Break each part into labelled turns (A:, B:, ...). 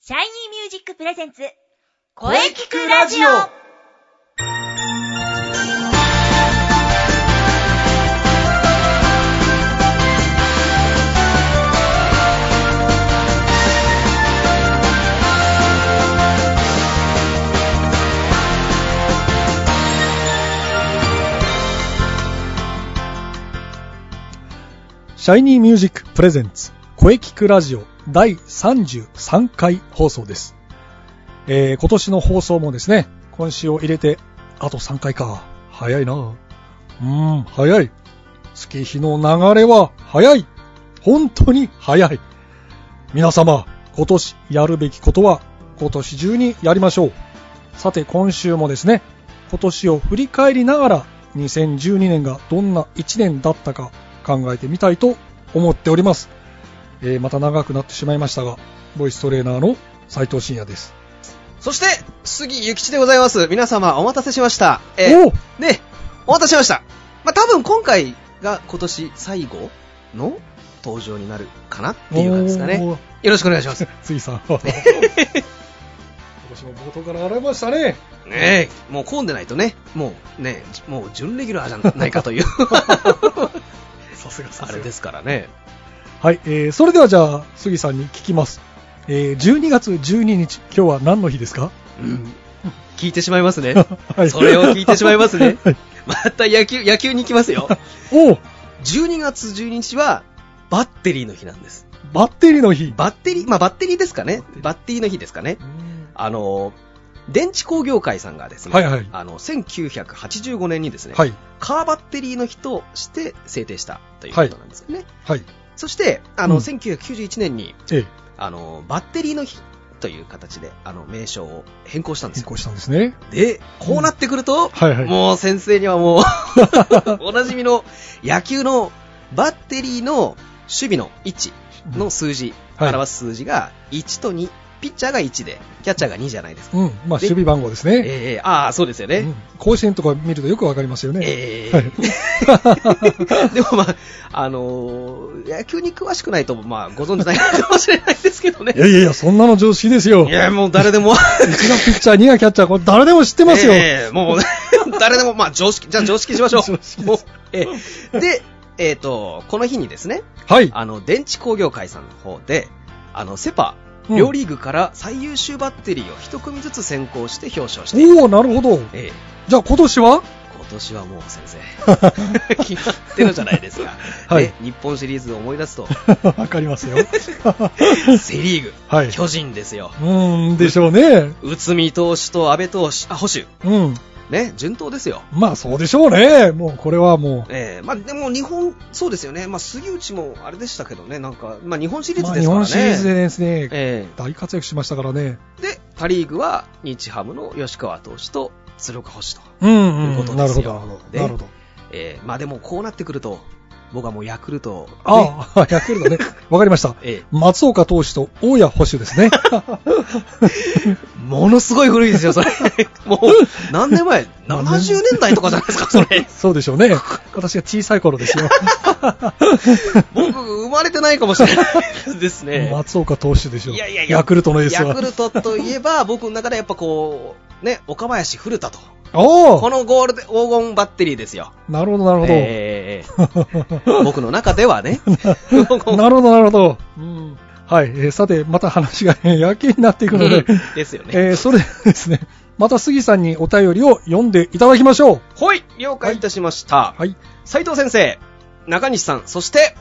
A: シャイニーミュージックプレゼンツ、
B: 声聞くラジオ
C: シャイニーミュージックプレゼンツ声聞くラジオ第33回放送です、えー今年の放送もですね、今週を入れてあと3回か。早いなうーん、早い。月日の流れは早い。本当に早い。皆様、今年やるべきことは今年中にやりましょう。さて今週もですね、今年を振り返りながら2012年がどんな1年だったか考えてみたいと思っております、えーまた長くなってしまいましたがボイストレーナーの斉藤慎也です
B: そして、杉ゆきちでございます。皆様、お待たせしました。え
C: お
B: ー
C: う、
B: ね、お待たせしました。まあ、多分今回が今年最後の登場になるかなっていう感じですかね。
C: おー
B: よろしくお願いします。
C: ついさん 今年も冒頭から現れましたね
B: ねえ、もう混んでないとね、もうね、じもう準レギュラーじゃないかと いう、
C: さすがさ
B: あ
C: す
B: れ
C: が
B: ですからね。
C: はい、えーそれではじゃあ杉さんに聞きます、えー12月12日今日は何の日ですか
B: うん、聞いてしまいま すね。
C: はい。
B: それを聞いてしまいますね
C: はい
B: また野球、野球に行きますよ。
C: おう
B: 12月12日は、バッテリーの日なんです。
C: バッテリーの日
B: バッテリー、まあバッテリーですかね。バッテリーの日ですかね。あの、電池工業会さんがですね、
C: はいはい
B: あの、1985年にですね、
C: はい
B: カーバッテリーの日として制定したということなんですよね。
C: はい
B: そして、あの、
C: うん
B: 1991年に、
C: ええ
B: あの、バッテリーの日という形で、あの、名称を変更したんです
C: 変
B: よ。
C: 更したんですね
B: で、こうなってくると、
C: はいはい
B: もう先生に はもう、おなじみの野球のバッテリーの守備の位置の数字、
C: はい
B: 表す数字が1と2、ピッチャーが1で、キャッチャーが2じゃないですか。
C: うん、まあ守備番号ですね。
B: ええああ、そうですよね。
C: うん甲子園とか見るとよくわかりますよね。
B: ええ
C: はい
B: でもまあ、あのー野球に詳しくないと、まあ、ご存知ないかもしれないですけどね。
C: いやいやいや、そんなの常識ですよ。
B: い
C: 1
B: や、もう誰でも。
C: がピッチャー、2がキャッチャー、これ誰でも知ってますよ。
B: ええもう、 誰でも、まあ、常識、じゃあ常識しましょ
C: 常
B: う。もうええで、えっ、と、この日にですね、
C: はい。
B: あの、電池工業会さんの方で、あの、セパ、
C: うん
B: 両リーグから最優秀バッテリーを一組ずつ選考して表彰している。
C: おお、なるほど。
B: ええ
C: じゃあ今年は
B: 今年はもう先生、 決まってるじゃないですか。
C: はい
B: ね日本シリーズを思い出す と、
C: わかりますよ。
B: セリーグ、
C: はい。
B: 巨人ですよ。
C: うーん、でしょうね。
B: 内海投手と安倍投手、あ、保守。
C: うん。
B: ね、順当ですよ。
C: まあそうでしょうね。もうこれはもう。
B: ええまあでも日本、そうですよね。まあ杉内もあれでしたけどね、なんか、まあ日本シリー
C: ま
B: ズ
C: あ
B: で
C: 日
B: すからね。
C: 本シリーズでですね、
B: え
C: 大活躍しましたからね。
B: えで、パリーグは日ハムの吉川投手と鶴岡星と。
C: うん、
B: という
C: う
B: こと
C: ん。
B: で
C: なる
B: す
C: ほ
B: よ
C: ど、なるほど。
B: ね
C: なるほど。
B: ええまあでもこうなってくると、僕はもうヤクルト、ね。
C: ああ、 ヤクルトね。わかりました。
B: え
C: 松岡投手と大谷捕手です ね。
B: えものすごい古いですよ、それ。 もう、 何年前 ?70 年代とかじゃないですか、それ。
C: そうでしょうね。私が小さい頃ですよ。
B: 僕、生まれてないかもしれないです ね。
C: 松岡投手でしょ。
B: いやいやいや
C: ヤクルトのエースは。
B: ヤクルトといえば、僕の中でやっぱこう、ね、岡林、古田と。
C: お
B: こ
C: お
B: のゴールで黄金バッテリーですよ。
C: なるほど、なるほど。
B: ええ 僕の中ではね。僕も
C: なるほど、なるほど。うんはい、えーさて、また話が やけになっていくので、
B: ですよね。
C: えーそれではですね、また杉さんにお便りを読んでいただきましょう。
B: ほい了解いたしました。
C: はい。
B: 斉藤先生、中西さん、そして、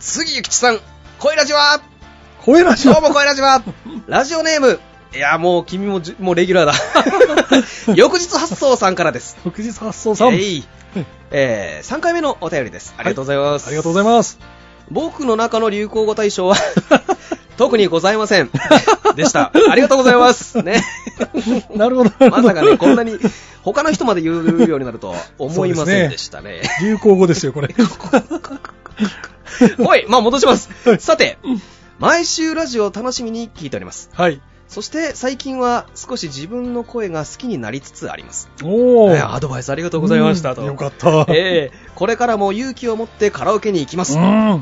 B: 杉ゆきちさん、声ラジは
C: 声ラジ
B: どう
C: オ。
B: も声ラ ジはラジオネームいや、もう君もじ、もうレギュラー だ。翌日発送さんからです。
C: 翌日発送さん。あ
B: え
C: り
B: い えー、3回目のお便りです。ありがとうござい ます。
C: がとうございます。
B: 僕の中の流行語大賞 は、特にございません。でした。ありがとうございます。ね。
C: なるほど、なる
B: ま
C: ほ
B: さかね、
C: ど。
B: こんなに、他の人まで言うようになるとは思いませんでしたね。
C: 流行語ですよ、これ。
B: おい、まあ戻します。さて、毎週ラジオを楽しみに聞いております。
C: はい。
B: そして最近は少し自分の声が好きになりつつあります。
C: おお。
B: えーアドバイスありがとうございましたと。
C: うんよかった。
B: えーこれからも勇気を持ってカラオケに行きます。
C: うん。
B: うん。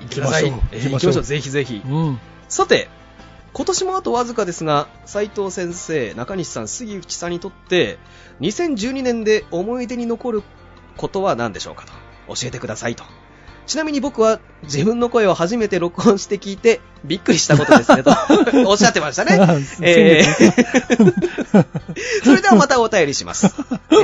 B: 行きなさい。
C: 行きましょう
B: えー
C: 行き
B: 行
C: ま
B: き
C: しょう
B: ましょう。ぜひぜひ。
C: うん。
B: さて、今年もあとわずかですが、斉藤先生、中西さん、杉内さんにとって、2012年で思い出に残ることは何でしょうかと、教えてくださいと。ちなみに僕は自分の声を初めて録音して聞いて、びっくりしたことで すねと、おっしゃってましたね
C: 先。
B: え
C: 月
B: ーそれではまたお便り します。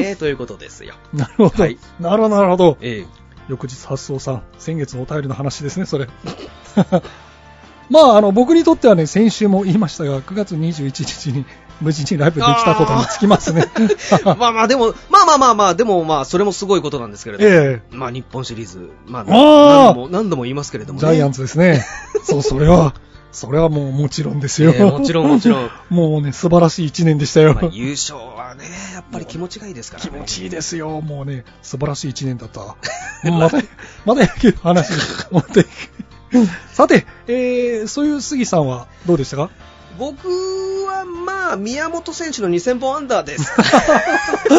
B: えーということですよ。
C: なるほど。
B: はい
C: なるほど、なるほど。
B: えー
C: 翌日発送さん、先月のお便りの話ですね、それ。 まあ、あの、僕にとってはね、先週も言いましたが、9月21日に無事にライブできたことにつきますね。
B: まあまあでも、まあまあまあまあ、でもまあ、それもすごいことなんですけれども、
C: え
B: まあ日本シリーズ、まあ、
C: あー
B: 何度も、何度も言いますけれ
C: え
B: ども
C: ジ
B: ね。
C: ャイアンツですね。そう、それは、それはもうもちろんですよ。
B: ええもちろんもちろん。
C: もうね、素晴らしい1年でしたよ。
B: まあ優勝はね、やっぱり気持ちがいいですから、
C: 気
B: ね。
C: 持ちいいですよ。もうね、素晴らしい1年だった。また、また野球の話に持っていく。さて、えー、そういう杉さんはどうでしたか
B: 僕はまあ、宮本選手の2000本アンダーです。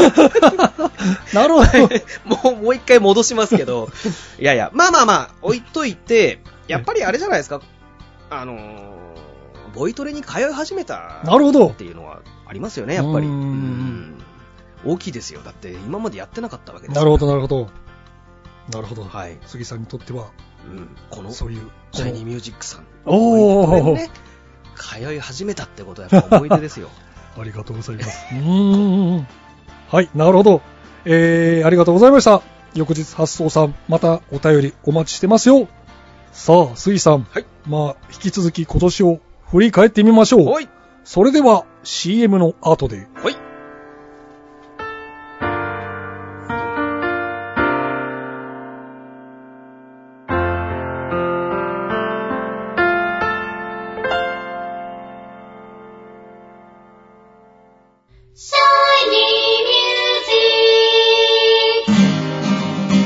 C: なるほど。
B: もう、もう一回戻します けど。いやいや、まあまあまあ、置いといて、やっぱりあれじゃないですか。あのーボイトレに通い始めた
C: なるほど
B: って。いうのはありますよね、やっぱり。
C: う
B: うんん大きいですよ。だって、今までやってなかったわけで
C: な
B: すか
C: る
B: ら
C: ほど、なるほど。なるほど。
B: はい。
C: 杉さんにとっては、
B: うん、この、シ
C: そういう。
B: ャイニーミュージックさん。
C: おー
B: これね、通い始めたってことはやっぱ思い出ですよ。
C: ありがとうございます。うーん。はい、なるほど。えー、ありがとうございました。翌日発送さん、またお便りお待ちしてますよ。さあ、杉さん。
B: はい
C: まあ、引き続き今年を振り返ってみましょう。
B: おい
C: それでは CM の後で。
B: はい。
A: Music!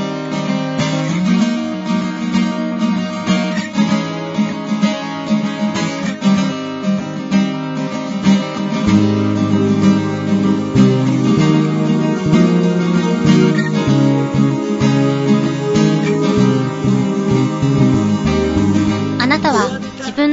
D: あなたは自分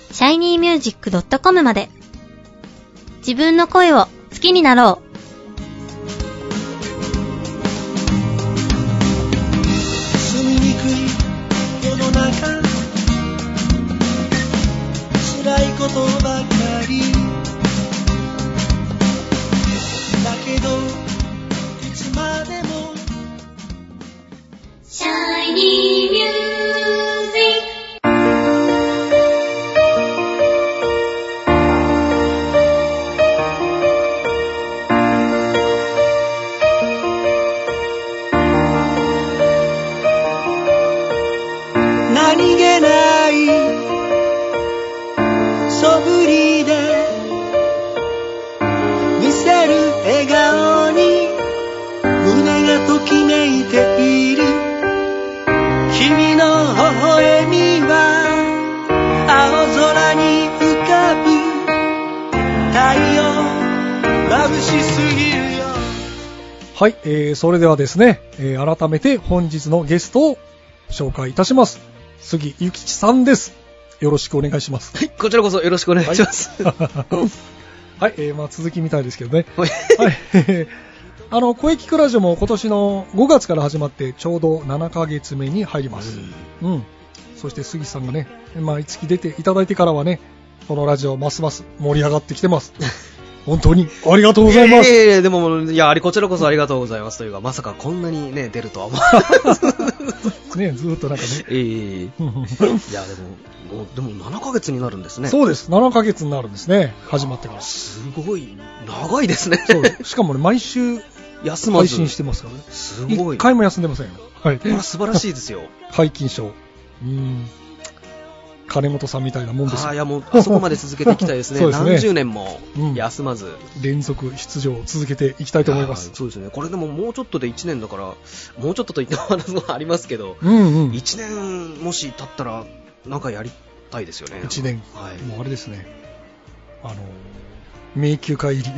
D: shinymusic.com まで。自分の声を好きになろう。
E: 住みにくい世の中辛いことばかりだけどいつまでも
A: Shiny music.
E: 何気ない素振りで見せる笑顔に胸がときめいている君の微笑みは青空に浮かぶ太陽眩しすぎるよ
C: はい、えー、それではですね、えー、改めて本日のゲストを紹介いたします。杉ゆきちさんです。よろしくお願いします。
B: はい、こちらこそよろしくお願いします。
C: はい、えー、まあ続きみたいですけどね。
B: はい
C: はい、えーあの、声聞くラジオも今年の5月から始まってちょうど7ヶ月目に入ります。うん。そして杉さんがね、毎月出ていただいてからはね、このラジオますます盛り上がってきて ます。本当にありがとうございます。
B: いやいやいやでも、いや、あれ、こちらこそありがとうございますというか、まさかこんなにね、出るとは思わな
C: ね、ずーっとなんか ね。
B: い。い
C: うんうん
B: や、でも、もう、でも7ヶ月になるんですね。
C: そうです。7ヶ月になるんですね。始まってから。そ
B: すごい、長いですね。
C: うですしかもね、毎週
B: 休ま
C: 配
B: ず
C: 信。してますからね。
B: すご
C: 一
B: い。
C: 回も休んでませんよ。はい
B: こ。れは素晴らしいですよ。
C: 解禁症。うん。金本さんみたいなもんです
B: あ
C: よ
B: あいやもうあそこまで続けていきたいです ね、
C: そうですね
B: 何十年も
C: うん
B: 休まず、
C: 連続出場を続けていきたいと思いま
B: あ
C: す
B: ー。そうですね、これでももうちょっとで1年だから、もうちょっとといった話もありますけど、
C: うんうん。
B: 1年もし経ったら、なんかやりたいですよね、
C: 一年、
B: はい、
C: もうあれですね。あの、迷宮会入り。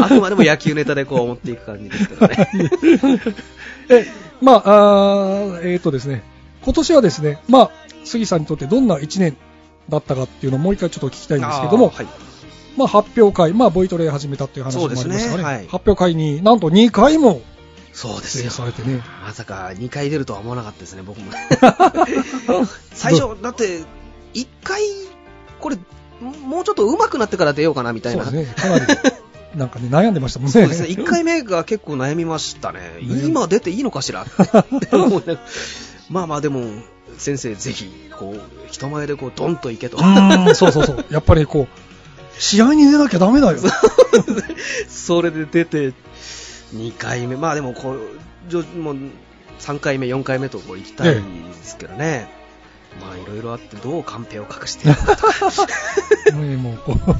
B: あくまでも野球ネタでこう持っていく感じですけどね、
C: え、まあ、あーえっ、とですね、今年はですね、まあ、杉さんにとってどんな1年だったかっていうのをもう一回ちょっと聞きたいんですけども、
B: あーはい、
C: まあ、発表会、まあ、ボイトレ始めたっていう話もありました
B: そう
C: が
B: で
C: ね、
B: すねはい
C: 発表会になんと2回も
B: そうです
C: 出演
B: よ
C: されてね、
B: まさか2回出るとは思わなかったですね、 僕も。最初、だって、1回、これ、もうちょっと上手くなってから出ようかなみたい
C: そう
B: な。
C: ですね、かなり、なんかね、悩んでましたもんね。
B: そうですね、1回目が結構悩みましたね、
C: ね
B: 今出ていいのかしらって思いながらまあまあ、でも、先生、ぜひこう人前でこうドンといけと、
C: うんそうそう そう、やっぱりこう、試合に出なきゃダメだよ。
B: それで出て、2回目、まあでもこう、じょもう3回目、4回目とこう行きたいんですけどね、まあいろいろあって、どうカンペを隠していくのか とか、
C: ねもうこう、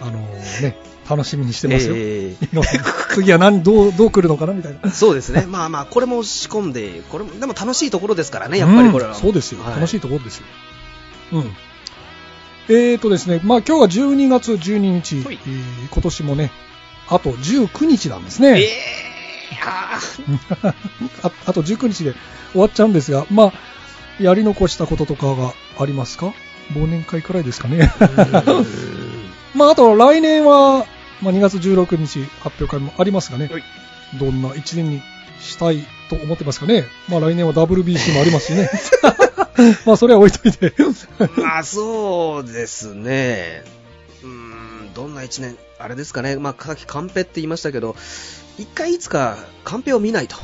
C: あのね、楽しみにしてますよ。
B: え
C: いろんな 次は何どうどう来るのかなみたいな
B: ー。そうですね、まあまあ、これも仕込んで、これもでも楽しいところですからね、やっぱりこれは。
C: うんそうですよ、
B: はい
C: 楽しいところですよ。うん。えーとですね、まあ今日は12月12日、
B: はい
C: えー今年もね、あと19日なんですね。
B: えーあー
C: ああと19日で終わっちゃうんですが、まあ、やり残したこととかがありますか忘年会くらいですかね。まあ、あと来年は、まあ、2月16日発表会もありますがね、
B: はい
C: どんな1年にしたいと思ってますかね。まあ、来年は WBC もありますしね。 まあ、それは置いとい て。
B: まあそうですね、うーん、どんな1年、あれですかね、まあ、さっきカンペって言いましたけど、一回いつかカンペを見ないと、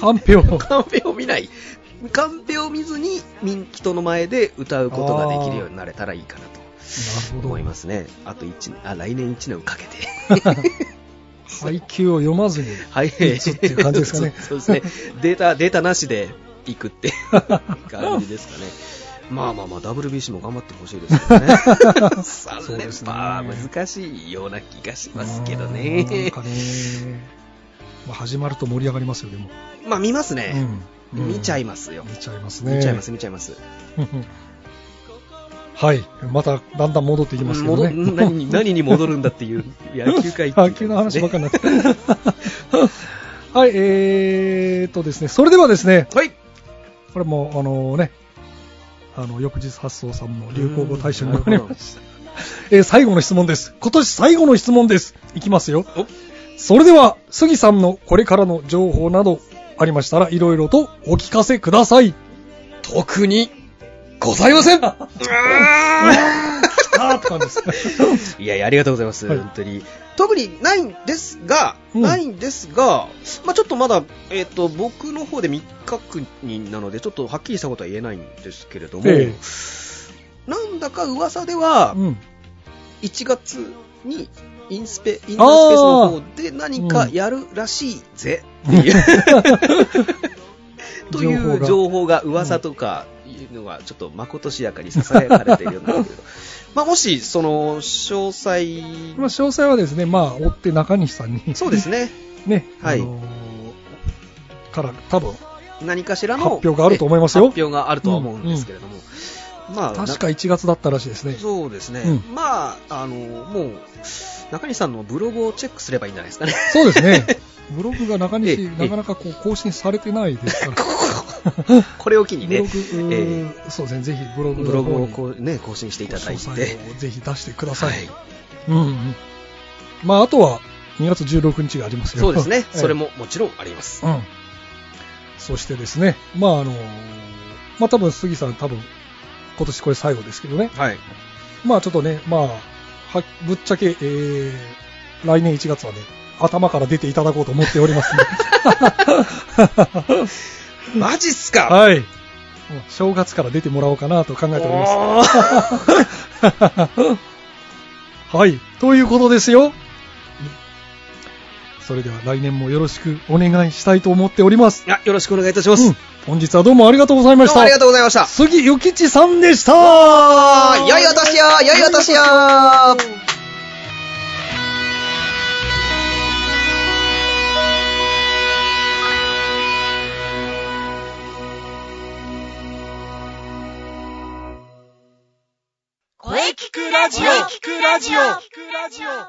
C: カンペを。
B: カンペを見ない、カンペを見ずにみ人の前で歌うことができるようになれたらいいかなと思いますね、あと一年あ来年1年をかけて、
C: 配球を読まずに。
B: はい、
C: 打つっていう感じですかね
B: そうそうですね、データデータなしで行くっ ていう感じですかね。まあまあまあ WBC も頑張ってほしいですけどね。3連覇は難しいような気がしますけど
C: うーんなん
B: ね。
C: かね。まあ、始まると盛り上がりますよ、でも。
B: まあ見ますね。
C: うん
B: 見ちゃいますよ。
C: 見ちゃいますね。
B: 見ちゃいます見ちゃいます。
C: はい。また、だんだん戻っていきますけど
B: 戻
C: ね。
B: 何に何に戻るんだっていう野球界
C: 野球の話ばっかりになって。 はい、えーっとですね、それではですね、
B: はい。
C: これも、あのね、あの、翌日発送さんの流行語大賞になりました。えー最後の質問です。今年最後の質問です。いきますよ。
B: お
C: それでは、杉さんのこれからの情報などありましたら、いろいろとお聞かせください。
B: 特にございません
C: あーって感じです。
B: いやいや、ありがとうございます、
C: はい
B: 本当に。特にないんですが、
C: うん
B: ないんですが、まあ、ちょっとまだ、えっと僕の方で未確認なので、ちょっとはっきりしたことは言えないんですけれども、
C: え
B: なんだか噂では
C: う、ん。
B: 1月にインスペ、インタースペースの方で何かやるらしいぜ っていう、とい
C: 情報
B: う
C: が
B: 情報が噂とかいうのがちょっとまことしやかに囁かれているようなんで すけど、まあ、もしその詳細
C: まあ、詳細はですね、まあ、追って中西さんに、
B: そうですね。
C: ね、
B: はい
C: あのーから多分、
B: 何かしらの
C: 発表があると思いますよ
B: え発表があるとは思うんですけれども。まあ、な
C: 確か1月だったらしいですね。
B: そうですね。
C: う
B: まあ、あの、もう、中西さんのブログをチェックすればいいんじゃないですかね。
C: そうですね。ブログが中
B: え
C: 西、
B: え
C: なかなかこう更新されてないです から。
B: これを機に
C: ブロ
B: ね
C: グ、、そうですね、ぜひブログ
B: ブログをこう、ね、更新していただい
C: 詳
B: て。
C: 細をぜひ出してくださ。
B: はいい、
C: うんうん。まあ、あとは2月16日がありますよ
B: そうですね、
C: ええ
B: それももちろんあります。
C: うん。そしてですね、まあ、あのー、まあ、多分杉さん、多分、今年これ最後ですけどね、
B: はい、
C: まあちょっとね、まあ、はぶっちゃけ、えー、来年1月はね、頭から出ていただこうと思っておりますね。
B: マジっすか、
C: はい。もう正月から出てもらおうかなと考えており ます。はい。ということですよ。それでは来年もよろしくお願いしたいと思っております。
B: あよろしくお願いいたします。
C: うん、本日はどうもありがとうございま
B: ど
C: し
B: う
C: た。
B: もありがとうございました。
C: 杉ゆきちさんでした
B: あー、良いお年を良いお年を
E: 声聞くラジオ聞くラジオ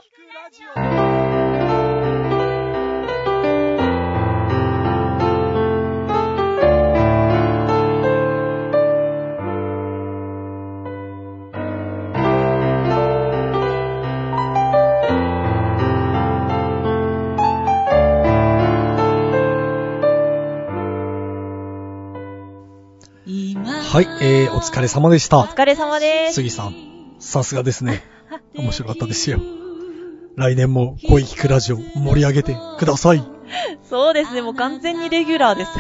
C: はい、えー、お疲れ様でし
F: お
C: た。
F: 疲れ様です。
C: 杉さん、さすがで すね。面白かったですよ。来年も声聞くラジオ盛り上げてください。
F: そうですね、もう完全にレギュラーです。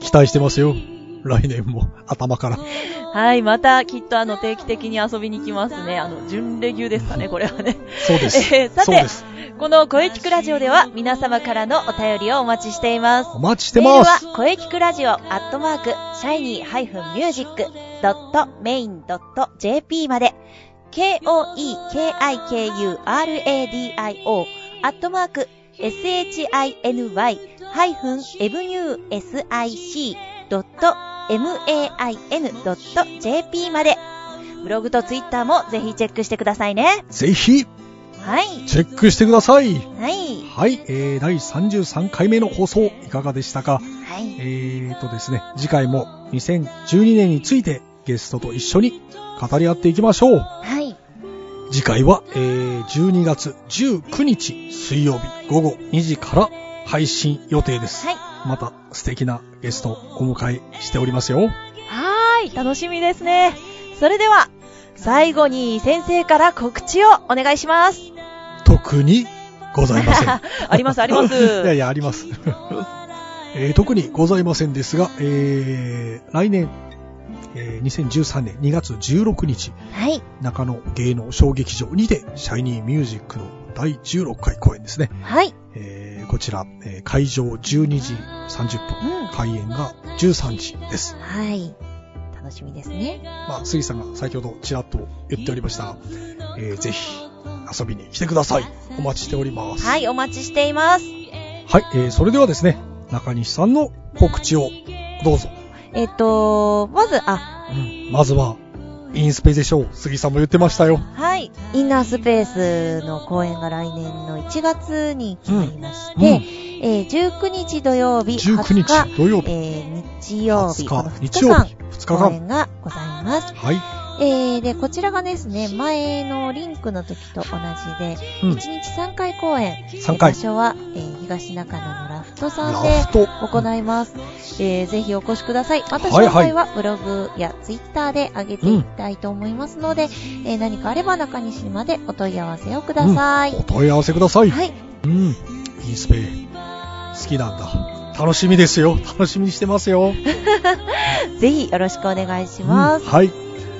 C: 期待してますよ。来年も頭から。
F: はい、またきっとあの定期的に遊びに来ますね。あの、準レギュですかね、これはね。
C: そうです。
F: えー さて
C: そうです。
F: この声聞くラジオでは皆様からのお便りをお待ちしています。
C: お待ちしてます
F: メール。は、声聞くラジオアットマーク、シャイニー -music.main.jp まで、k-o-e-k-i-k-u-r-a-d-i-o アットマーク、shiny-music.main.jp まで、ブログとツイッターもぜひチェックしてくださいね。
C: ぜひ、
F: はい。
C: チェックしてください。
F: はい。
C: はい、えー、第33回目の放送、いかがでしたか
F: はい。
C: えーとですね、次回も2012年についてゲストと一緒に語り合っていきましょう。
F: はい。
C: 次回は、えー12月19日水曜日午後2時から配信予定です。
F: はい。
C: また素敵なゲストをお迎えしております
F: は
C: よ。
F: ーい、楽しみですね。それでは、最後に先生から告知をお願いします。
C: 特にございません。
F: あります、あり ます。
C: いやいや、あります。えー特にございませんですが、えー来年、えー2013年2月16日、
F: はい。
C: 中野芸能小劇場にて、シャイニーミュージックの第16回公演ですね。
F: はい。
C: えーこちら、えー会場12時30分、
F: うん
C: 開演が13時です。
F: はい。楽しみですね。
C: まあ、杉さんが先ほどちらっと言っておりました、えーぜひ遊びに来てください。お待ちしております。
F: はい、お待ちしています。
C: はい、えーそれではですね、中西さんの告知をどうぞ。
F: えっと、まず、あ、
C: まずは、インスペでしょう。杉さんも言ってましたよ。
F: はい。インナースペースの公演が来年の1月に決まりまして、
C: うんうん
F: えー19日土曜日、
C: 19
F: 20日
C: 日土曜
F: え
C: 日、
F: ー日曜日、
C: 20
F: この
C: 日、
F: 2
C: 日
F: 日
C: 曜
F: 間
C: 日、2日
F: 公
C: 間。
F: 演がございます。
C: はい。
F: えー、で、こちらがですね、前のリンクの時と同じで、
C: うん
F: 1日3回公演。
C: 3
F: え
C: 回
F: ー場。所は、えー東中野のラフトさん
C: ラ
F: で
C: フト。
F: 行います。えー、ぜひお越しください。また詳
C: はいはい
F: 細はブログやツイッターで上げていきたいと思いますので、えー何かあれば中西までお問い合わせをください。
C: お問い合わせください。
F: はい。
C: うん。インスペ好きなんだ。楽しみですよ。楽しみにしてますよ。
F: ぜひよろしくお願いします。
C: うんはい。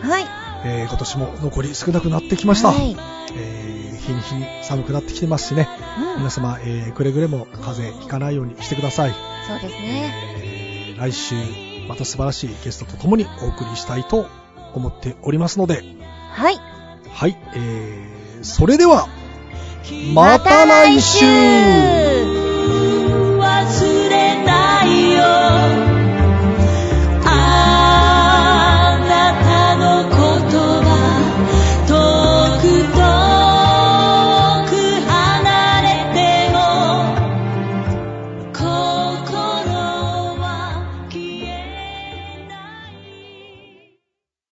F: はい。
C: えー今年も残り少なくなってきました。
F: はい。
C: えー日に日に寒くなってきてますしね。
F: うん
C: 皆。様、えーくれぐれも風邪ひかないようにしてください。
F: そうですね。
C: えー来週、また素晴らしいゲストと共にお送りしたいと思っておりますので、
F: はい。
C: はい、えー、それでは、また来週